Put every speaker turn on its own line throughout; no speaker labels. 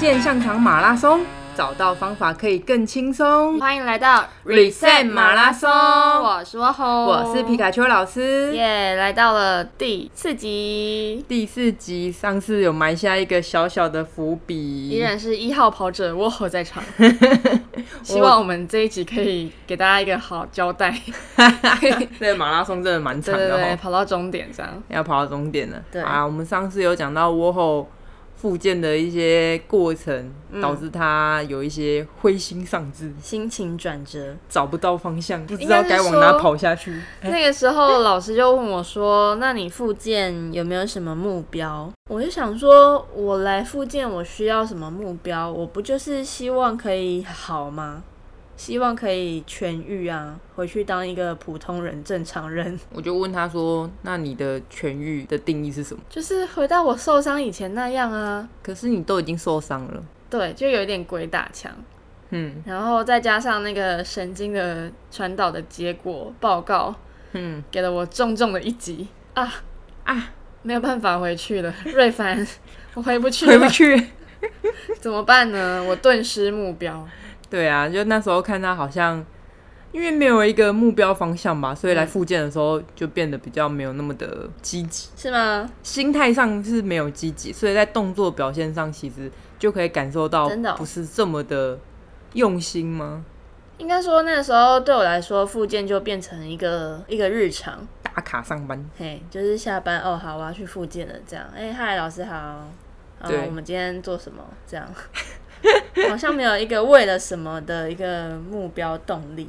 更上场马拉松，找到方法可以更轻松。
欢迎来到
Reset 马拉松
我是沃红，
我是皮卡丘老师。
耶来到了第四集，
第四集上次有埋下一个小小的伏笔，
依然是一号跑者沃猴在场。希望我们这一集可以给大家一个好交代。
对马拉松真的蛮
对
长
对
的
对，
哦，
跑到终点这样。
要跑到终点了。
对
啊，我们上次有讲到窝后复健的一些过程，导致他有一些灰心丧志，
心情转折，
找不到方向，不知
应
道
该是
该往哪
说
跑下去。
那个时候老师就问我说：“那
那你复健有没有什么目标？我就想说，我来复健，我需要什么目标？我不就是希望可以好吗？希望可以痊愈啊，回去当一个普通人、正常人。
我就问他说：“那你的痊愈的定义是什么
就是回到我受伤以前那样啊？”？
可是你都已经受伤了，
对，就有一点鬼打墙。”
嗯
然后再加上那个神经的传导的结果报告，
嗯
给了我重重的一击啊，
啊，
没有办法回去 了，瑞凡，我回不去
回
了，
不去。
怎么办呢？我顿失目标，
对啊，就那时候看他好像，因为没有一个目标方向吧，所以来复健的时候就变得比较没有那么的积极，
是吗？
心态上是没有积极，所以在动作表现上其实就可以感受到
真的哦
不是这么的用心吗？
应该说，那个时候对我来说，复健就变成一个一个日常。
打卡上班，
嘿，就是下班哦，好，我要去复健了，这样。哎、嗨，老师好。好
对，
我们今天做什么？这样， 好像没有一个为了什么的一个目标动力。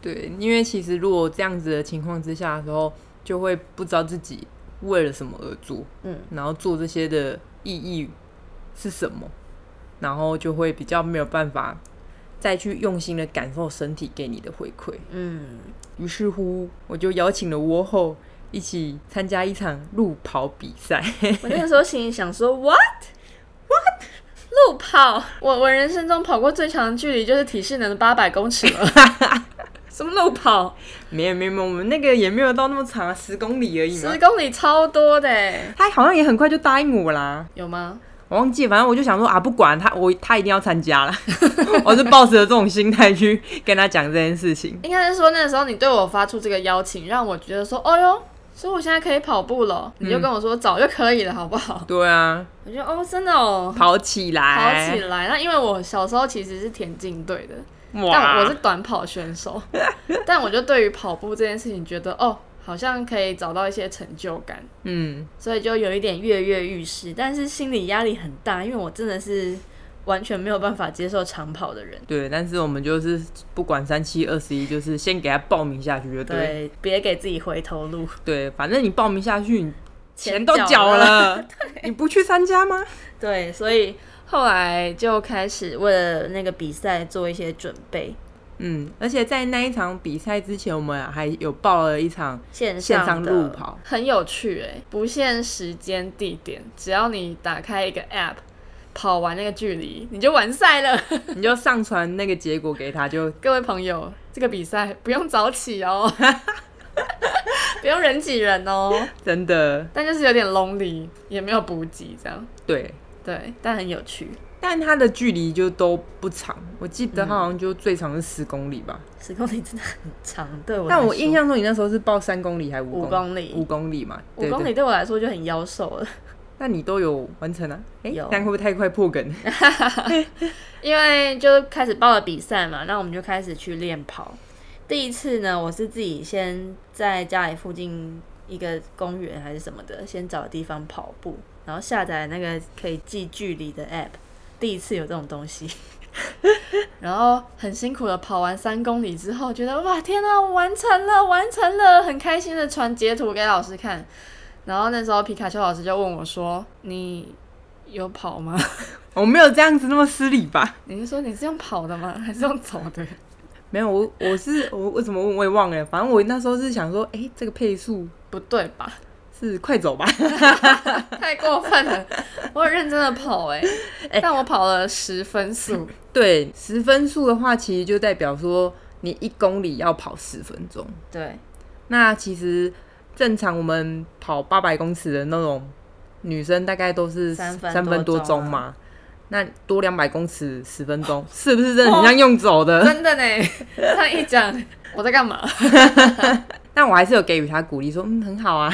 对，因为其实如果这样子的情况之下的时候，就会不知道自己为了什么而做，
嗯，
然后做这些的意义是什么，然后就会比较没有办法再去用心的感受身体给你的回馈。
嗯，
于是乎，我就邀请了窝后一起参加一场路跑比赛。
我那个时候心里想说，what what 路跑，
我我人生中跑过最长的距离就是体适能的八百公尺了，什么路跑，
没有没有没有，我们那个也没有到那么长啊，十公里而已嘛
十。公里超多的欸，
他好像也很快就答应我啦，
有吗？
我忘记，反正我就想说啊，不管他，我他一定要参加啦。 我是抱着这种心态去跟他讲这件事情。
应该是说那时候你对我发出这个邀请，让我觉得说，哦哟，所以我现在可以跑步了，你就跟我说早就可以了，好不好？
对啊，
我就哦，真的哦，
跑起来，
跑起来。那因为我小时候其实是田径队的，
来
但我是短跑选 手，但我就对于跑步这件事情觉得哦，好像可以找到一些成就感，
嗯，
所以就有一点跃跃欲试，但是心理压力很大，因为我真的是完全没有办法接受长跑的人。
对，但是我们就是不管三七二十一，就是先给他报名下去就对
对，别给自己回头 路。
对，反正你报名下去，你钱
钱
都
缴
缴了， 你不去参加吗？
对，所以
后来就开始
只为了那个比赛做一些准备，
嗯，而且在那一场比赛之前，我们还有报了一场
线
线
上
上
的
路。跑，
很有趣诶、不限时间地点，只要你打开一个 app。跑完那个距离，你就完赛了。
你就上传那个结果给他就，
各位朋友，这个比赛不用早起哦， 不用人挤人哦。
真的
但就是有点 lonely，也没有补给这样。
对。
对，
但很有趣，
但它的距离就都不长，我记得它好像就最长是十公里吧。
十公里真的很长。对我来说，
但我印象中你那时候是报三公里还是五
嗯五公里
五公里嘛，
五公
对
里对我来说就很妖兽了。
那你都有完成啊？哎、
有
但会不会太快破梗？
因为就开始报了比赛嘛，那我们就开始去练跑。第一次呢，我是自己先在家里附近一个公园还是什么的，先找地方跑步，然后下载那个可以记距离的 app。第一次有这种东西，
然后很辛苦的跑完三公里之后，觉得哇天啊，我完成了，完成了，很开心的传截图给老师看。然后那时候皮卡丘老师就问我说：“你有跑吗？
我没有这样子那么失礼吧？
你是说你是用跑的吗？还 是用走的
没有，我我是我我怎么问我也忘了，反正我那时候是想说，哎、这个配速？”
不对吧，
是快走 吧？
太过分了！我很认真的跑哎、但我跑了十分 速，
对，十分数的话，其实就代表说你一公里要跑十分钟。
对，
那其实正常我们跑八百公尺的那种女生，大概都是
三分
三分多
多钟啊
钟嘛。那多两百公尺十分 钟，是不是真的很像用走的？
真的呢， 他一讲我在干嘛？
但我还是有给予他鼓励，说嗯很好啊。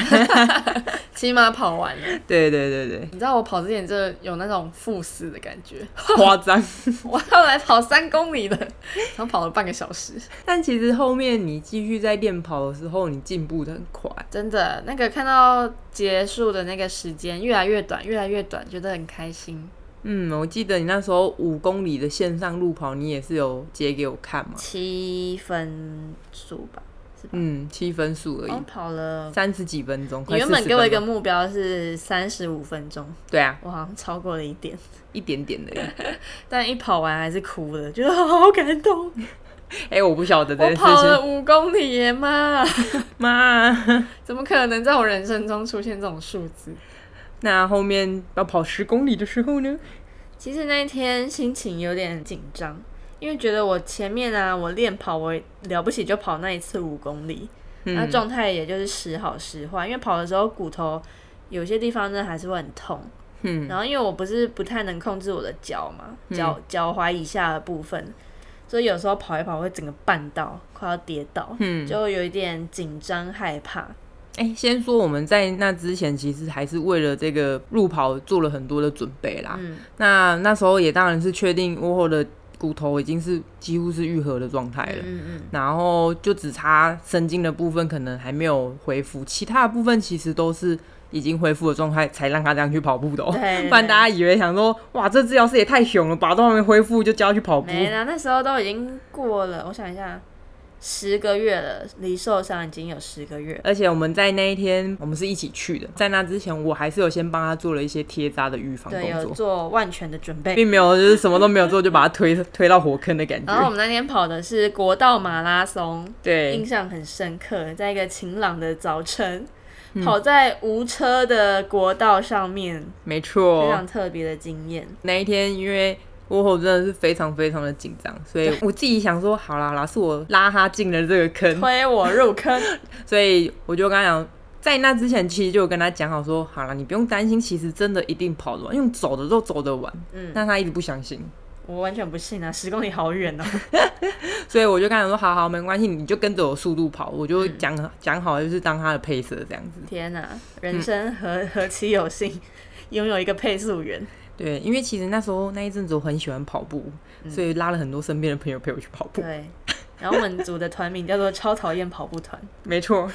起码跑完了。
对对对 对，
你知道我跑之前真的有那种赴死的感觉，
夸张。
我要来跑三公里了，然后跑了半个小时，
但其实后面你继续在练跑的时候，你进步的很快。
真的那个看到结束的那个时间越来越短，越来越短，觉得很开心。
嗯，我记得你那时候五公里的线上路跑，你也是有截给我看嘛？
七分数吧，是吧？
嗯，七分数而
哦
我、
已，
跑了，
三十几分钟，
哦你
快
原本
40
给我一
分
个
钟，
目标是三十五分钟，
对啊，
我好像超过了一点，
一点点的。 哎、
但一跑完还是哭了，觉得好感动。
哎我不晓得这
我
件事
跑了
情，
五公里耶妈，
妈。
怎么可能在我人生中出现这种数字？
那后面要跑十公里的时候呢？
其实那一天心情有点紧张，因为觉得我前面啊，我练跑，我了不起就跑那一次五公里，
嗯
那状态也就是时好时坏，因为跑的时候骨头有些地方真的还是会很痛。
嗯
然后因为我不是不太能控制我的脚嘛，
嗯
脚脚踝以下的部分，所以有时候跑一跑会整个绊到，快要跌倒，
嗯，
就有一点紧张害怕。
哎、先说我们在那之前，其实还是为了这个路跑做了很多的准备啦。
嗯，
那那时候也当然是确定窝后的骨头已经是几乎是愈合的状态了。
嗯嗯
然后就只差神经的部分可能还没有恢复，其他的部分其实都是已经恢复的状态，才让他这样去跑步的、哦。
对对对
不然大家以为想说，哇，这治疗师也太熊了吧，都还没恢复就叫他去跑
嗯，
步。
没啦，那时候都已经过了，我想一下，十个月了，离受伤已经有十个月。
而且我们在那一天，我们是一起去的。在那之前，我还是有先帮他做了一些贴扎的预防
对，
工
有
作，嗯
做 万全的准备。
并没有就是什么都没有做就把他推推到火坑的感
然后我
觉。
们那天跑的是国道马拉松，印
对，
象很深刻，在一个晴朗的早晨，跑在无车的国道上面，
没
非
错
常。特别的经验。
那一天因为我吼真的是非常非常的紧张，所以我自己想说，好啦好啦，是我拉他进了这个 坑，
推我入坑，
所以我就跟他讲。在那之前，其实就有跟他讲好说，好了，你不用担心，其实真的一定跑得完，用走的都走得完。
嗯
但他一直不相信，
我完全不信啊！十公里好远哦、
所以我就跟他说：“好好，没关系，你就跟着我速度跑。”我就讲讲、好，就是当他的配色这样子。
天哪、人生何、何其有幸，拥有一个配速员。
对，因为其实那时候那一阵子我很喜欢跑步，所以拉了很多身边的朋友陪我去跑步。
对，然后我们组的团名叫做“超讨厌跑步团
没错，”，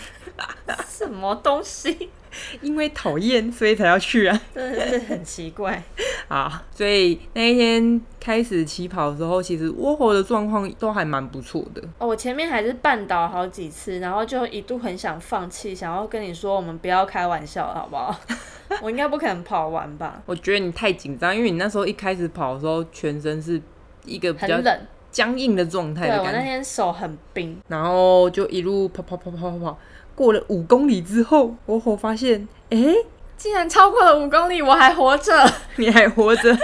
什么东西？
因为讨厌，所以才要去啊
真的是很奇怪。
啊！所以那一天开始起跑的时候，其实窝火的状况都还蛮不错的。
哦，我前面还是绊倒好几次，然后就一度很想放弃，想要跟你说我们不要开玩笑了，好不好？ 我应该不可能跑完吧？
我觉得你太紧张，因为你那时候一开始跑的时候，全身是一个 比
很
较
冷，
僵硬的状态
对
的
我
感
那
觉。
天手很冰，
然后就一路跑跑跑跑跑跑，过了五公里之后，我吼发现，哎、
竟然超过了五公里，我还活 着，
你还活着。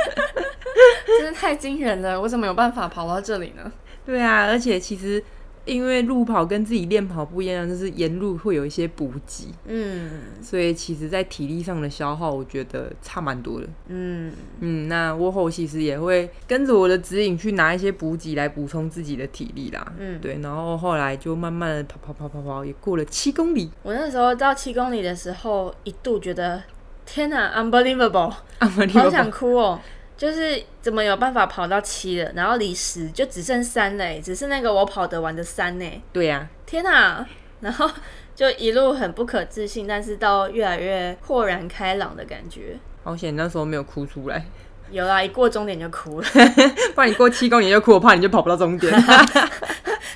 真的太惊人了！我怎么有办法跑到这里呢？
对啊，而且其实因为路跑跟自己练跑不一样，就是沿路会有一些补给，
嗯
所以其实在体力上的消耗，我觉得差蛮多的。
嗯，
嗯，那我后其实也会跟着我的指引去拿一些补给来补充自己的体力啦。
嗯
对，然后后来就慢慢的跑跑跑跑跑，也过了七公里
我那时候到七公里的时候，一度觉得天哪，unbelievable，
啊， 我
好想哭哦。就是怎么有办法跑到七了，然后离十就只剩三嘞，只是那个我跑得完的三嘞。
对呀、
天哪、 然后就一路很不可置信，但是到越来越豁然开朗的感觉。
好险那时候没有哭出来，
有啦，一过终点就哭了，
不然你过七公里就哭，我怕你就跑不到终点。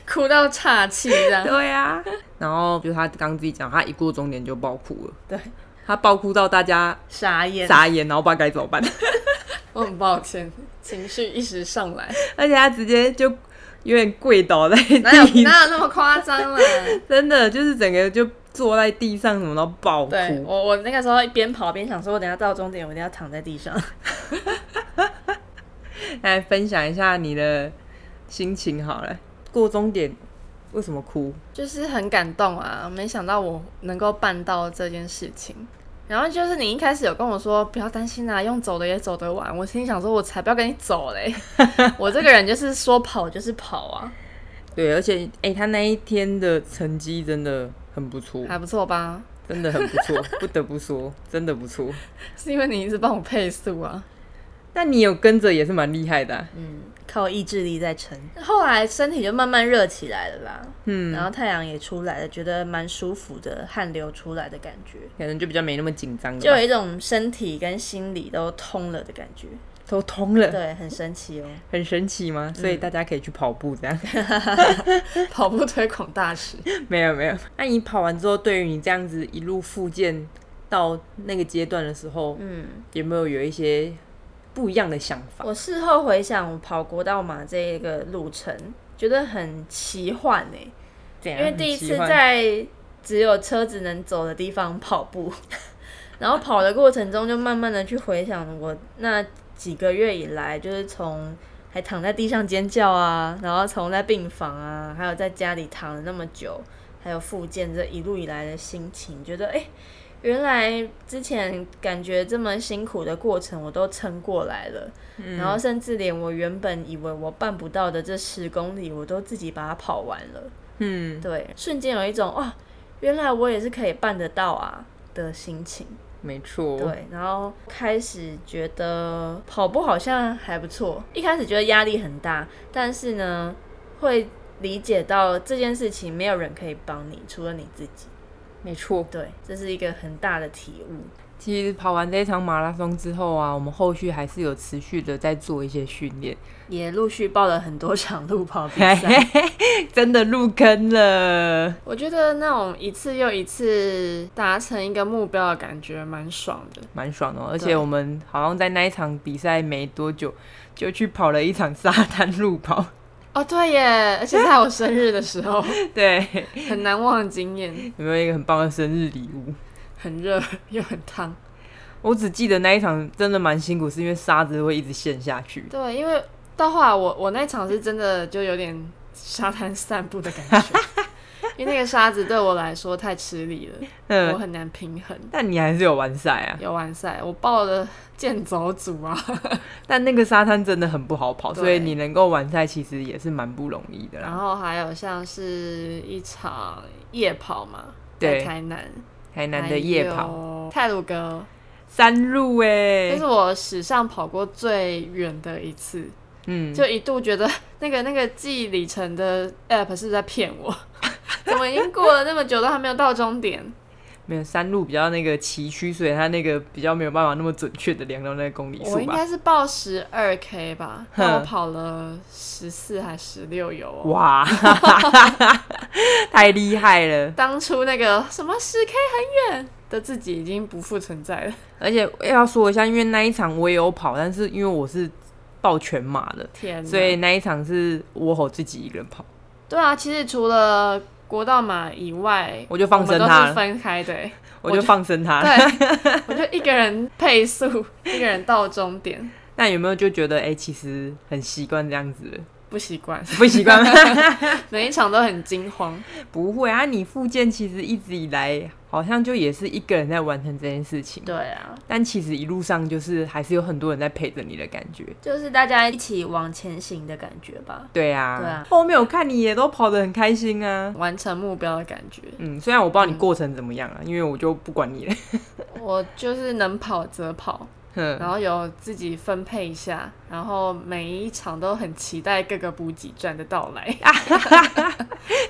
哭到岔气这 样。
对呀、然后就他刚自己讲，他一过终点就爆哭了，
对，
他爆哭到大家
傻眼。
傻眼，然后不知道该怎么办，
我很抱歉，情绪一时上来，
而且他直接就有点跪倒在
哪有
地，
哪有那么夸张啦？
真的就是整个就坐在地上什么，然后爆
对
哭。
我，我那个时候一边跑边想说，我等一下到终点，我一定要躺在地上。
来分享一下你的心情好了，过终点为什么哭？
就是很感动啊！没想到我能够办到这件事情，然后就是你一开始有跟我说不要担心啊，用走的也走得完。我心里想说，我才不要跟你走 嘞，我这个人就是说跑就是跑啊，
对，而且哎、他那一天的成绩真的很不错，
还不错吧？
真的很不 错，不得不说，真的不错。
是因为你一直帮我配速啊。
但你有跟着也是蛮厉害的啊、
嗯，靠意志力在撑。
后来身
身体就慢慢热起来了吧，
嗯，
然后太阳也出来了，觉得蛮舒服的，汗流出来的感觉，
可能就比较没那么紧张了吧，
就有一种身体跟心理都通了的感觉。
都通了，
对，很神奇哦。
很神奇吗？所以大家可以去跑步这样。
跑步推广大使，
没有没有。那你跑完之后，对于你这样子一路复健到那个阶段的时候，
嗯，
有没有有一些不一样的想法？
我事后回想，我跑国道马这一个路程，觉得很奇幻哎、
怎样
因为第一次
很奇幻
在只有车子能走的地方跑步，然后跑的过程中就慢慢的去回想我那几个月以来，就是从还躺在地上尖叫啊，然后从在病房啊，还有在家里躺了那么久，还有复健这一路以来的心情，觉得哎、诶原来之前感觉这么辛苦的过程我都撑过来了，
嗯
然后甚至连我原本以为我办不到的这十公里，我都自己把它跑完了。
嗯，
对，瞬间有一种哇，原来我也是可以办得到啊的心情。
没错，
对，然后开始觉得跑步好像还不错，一开始觉得压力很大，但是呢，会理解到这件事情没有人可以帮你，除了你自己。
没错。
对，这是一个很大的体悟。
其实跑完这一场马拉松之后啊，我们后续还是有持续的在做一些训练，
也陆续报了很多场路跑比赛，
嘿嘿 真的入坑了。
我觉得那种一次又一次达成一个目标的感觉蛮爽的。
蛮爽的哦、而且我们好像在那一场比赛没多久，就去跑了一场沙滩路 跑，
哦，对耶，而且在我生日的时候，
对，
很难忘的经验，
有没有一个很棒的生日礼物？
很热又很烫。
我只记得那一场真的蛮辛苦，是因为沙子会一直陷下去。
对，因为到后来我我那场是真的就有点沙滩散步的感 觉，因为那个沙子对我来说太吃力了，我
嗯，
很难平衡。
但你还是有完赛啊。
有完赛，我报了健走组 啊，
但那个沙滩真的很不好跑，
对
所以你能够完赛其实也是蛮不容易的
然
啦。
后还有像是一场夜跑嘛，
对
在台南，
台南
哎
的夜跑，
还有泰鲁阁，
山路哎、
这是我史上跑过最远的一次，
嗯，
就一度觉得 那个那个记里程的 app 是不是在骗我？ 怎么已经过了那么久都还没有到终点？
没有山路比较那个崎岖，所以它那个比较没有办法那么准确的量到那个公里
我
数
应
吧。
该是报十二 k 吧，
哼
但我跑了十四还十六游哦。
哇， 太厉害了！
当初那个什么十 K 很远的自己已经不复存在了。
而且要说一下，因为那一场我也有跑，但是因为我是报全马的，
天哪，
所以那一场是我吼自己一个人跑，
对啊，其实除了国道马以外，
我就放生
我们
他啊
都
了
是分开的欸、
我就放生他。
对，我就一个人配速，一个人到终点，
那有没有就觉得，哎、其实很习惯这样子了，
不习惯，
不习惯吗？
每一场都很惊慌。
不会啊，你复健其实一直以来好像就也是一个人在完成这件事情，
对啊，
但其实一路上就是还是有很多人在陪着你的感觉。
就是大家一起往前行的感觉吧。
对啊，
对啊
后面我看你也都跑得很开心啊。
完成目标的感觉，
嗯，虽然我不知道你过程怎么样啊，因为我就不管你了。
我就是能跑则跑，
哼
然后有自己分配一下，然后每一场都很期待各个补给站的到来。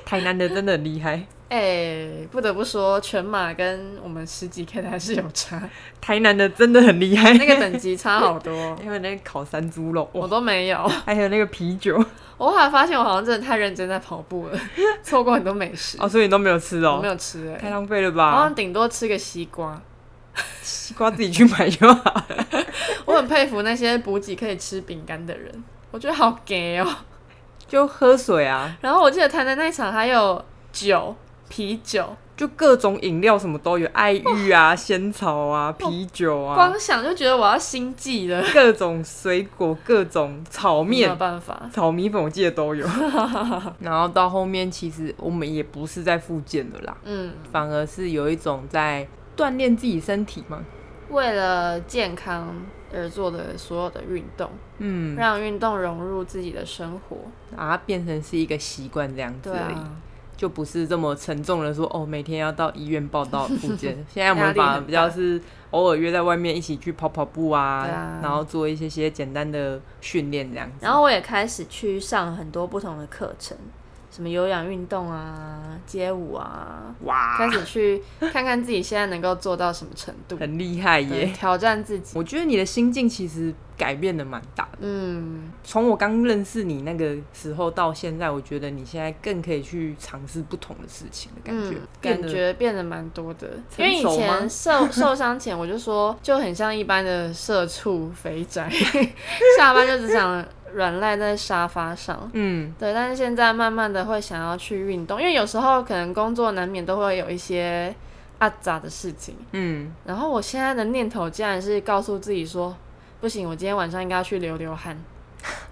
台南的真的很厉害，
哎、不得不说，全马跟我们十几 K 的还是有差，
台南的真的很厉害。
那个等级差好多，
还有那个烤山猪肉，
我
哇，
都没有。
还有那个啤酒，
我后来发现，我好像真的太认真在跑步了，错过很多美食，
哦，所以哦你都没有吃
我
哦
没，有吃哎、
太浪费了
我好
吧
像？顶多吃个西瓜。
西瓜自己去买就好。
我很佩服那些补给可以吃饼干的人，我觉得好 gay 哦。
就喝水啊，
然后我记得台南那一场还有酒、啤酒，
就各种饮料什么都有，爱玉啊、仙草啊、啤酒啊，
哦光想就觉得我要心悸了，
各种水果、各种炒
没有
面、
办法。
炒米粉，我记得都 有。然后到后面，其实我们也不是在复健了啦，
嗯，
反而是有一种在锻炼自己身体嘛。
为了健康而做的所有的运动，
嗯，
让运动融入自己的生活。
把它变成是一个习惯这样子
对
而已，
啊，
就不是这么沉重的说哦，每天要到医院报道复 健。现在我
压
们
力
反而
很
比较
大
是偶尔约在外面一起去跑跑步啊，
对啊
然后做一些些简单的训练这样子。
然后我也开始去上很多不同的课程，什么有氧运动啊、街舞啊，
哇
开，始去看看自己现在能够做到什么程度，
很厉害
对
耶！
挑战自己。
我觉得你的心境其实改变的蛮大的。
嗯，
从我刚认识你那个时候到现在，我觉得你现在更可以去尝试不同的事情的感觉，
嗯、
变
感
得
觉变得蛮多的。因
成
为以
熟吗
前受受伤前，我就说就很像一般的社畜肥宅， 下班就只想软赖在沙发上。
嗯，
对，但是现在慢慢的会想要去运动，因为有时候可能工作难免都会有一些阿杂的事情。
嗯，
然后我现在的念头竟然是告诉自己说，不行，我今天晚上应该要去流流汗，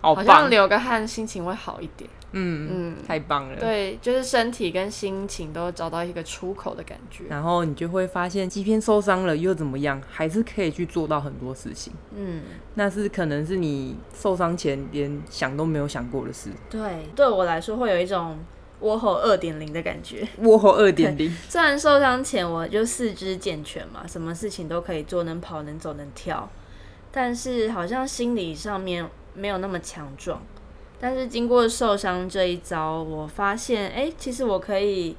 好
好像
棒，
流个汗心情会好一点。嗯，
嗯，太棒了。
对，就是身体跟心情都找到一个出口的感觉。
然后你就会发现，即便受伤了又怎么样，还是可以去做到很多事情。
嗯，
那是可能是你受伤前连想都没有想过的事。
对，对我来说会有一种窝吼二点零的感觉。
窝火二点零，
虽然受伤前我就四肢健全嘛，什么事情都可以做，能跑能走能跳，但是好像心理上面没有那么强壮。但是经过受伤这一招，我发现，哎、其实我可以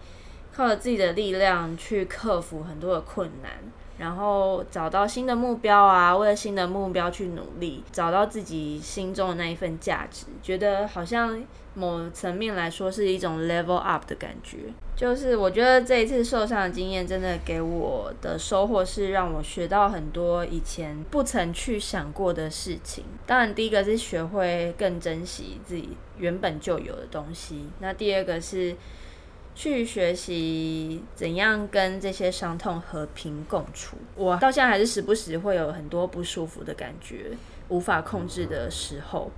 靠着自己的力量去克服很多的困难，然后找到新的目标啊，为了新的目标去努力，找到自己心中的那一份价值，觉得好像某层面来说是一种 level up 的感觉。就是我觉得这一次受伤的经验，真的给我的收获是让我学到很多以前不曾去想过的事情。当然，第一个是学会更珍惜自己原本就有的东西，那第二个是去学习怎样跟这些伤痛和平共处。我到现在还是时不时会有很多不舒服的感觉，无法控制的时候。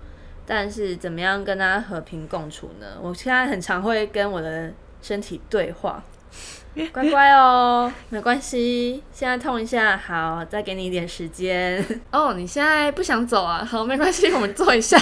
但是怎么样跟它和平共处呢？我现在很常会跟我的身体对 话，乖乖哦，没关系，现在痛一下，好，再给你一点时间。
哦，你现在不想走啊？好，没关系，我们坐一 下。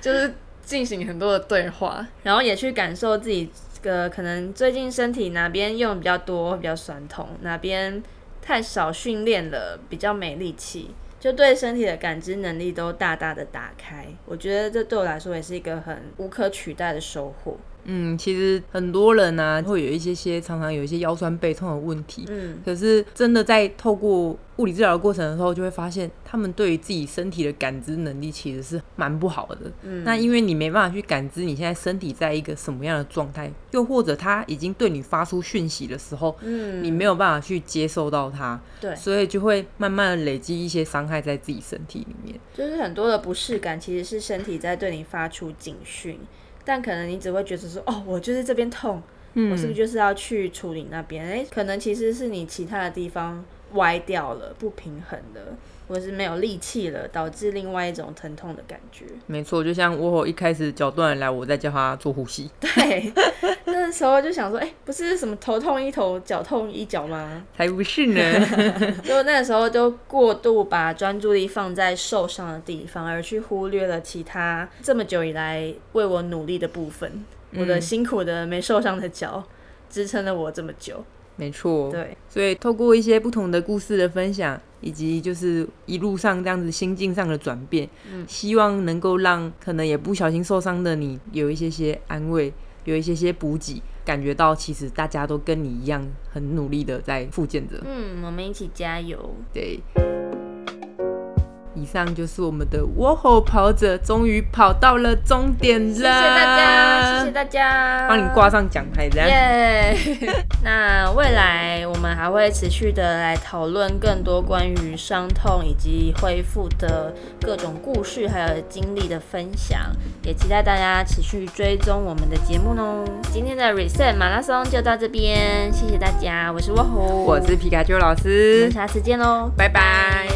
就是进行很多的对话，
然后也去感受自己这个可能最近身体哪边用比较多，比较酸痛，哪边太少训练了，比较没力气，就对身体的感知能力都大大的打开。我觉得这对我来说也是一个很无可取代的收获。
嗯，其实很多人呢、会有一些些常常有一些腰酸背痛的问题，
嗯，
可是真的在透过物理治疗的过程的时候，就会发现他们对于自己身体的感知能力其实是蛮不好的。
嗯
那因为你没办法去感知你现在身体在一个什么样的状态，又或者他已经对你发出讯息的时候，
嗯，
你没有办法去接受到它，
对
所以就会慢慢的累积一些伤害在自己身体里面。
就是很多的不适感，其实是身体在对你发出警讯，但可能你只会觉得说，哦，我就是这边痛，
嗯
我是不是就是要去处理那边？诶，可能其实是你其他的地方歪掉了，不平衡了，或是没有力气了，导致另外一种疼痛的感觉。
没错，就像我一开始脚断来，我在教他做呼 吸，
对，那时候就想说，诶，哎不是什么头痛医头，脚痛医脚吗？
才不是 呢。
就那时候就过度把专注力放在受伤的地方，而去忽略了其他这么久以来为我努力的部分。我的辛苦的没受伤的脚支撑了我这么久。
没错，
对，
所以透过一些不同的故事的分享，以及就是一路上这样子心境上的转变，
嗯
希望能够让可能也不小心受伤的你有一些些安慰，有一些些补给，感觉到其实大家都跟你一样很努力的在复健着。
嗯，我们一起加油。
对，以上就是我们的窝吼跑者，终于跑到了终点了，谢
谢谢大家，谢谢大家，
帮你挂上奖牌，这样。
耶 那未来我们还会持续的来讨论更多关于伤痛以及恢复的各种故事，还有经历的分享，也期待大家持续追踪我们的节目哦。今天的 Reset 马拉松就到这边，谢谢大家，我是沃虎，
我是皮卡丘老
我
师
们，下次见喽，哦
拜拜。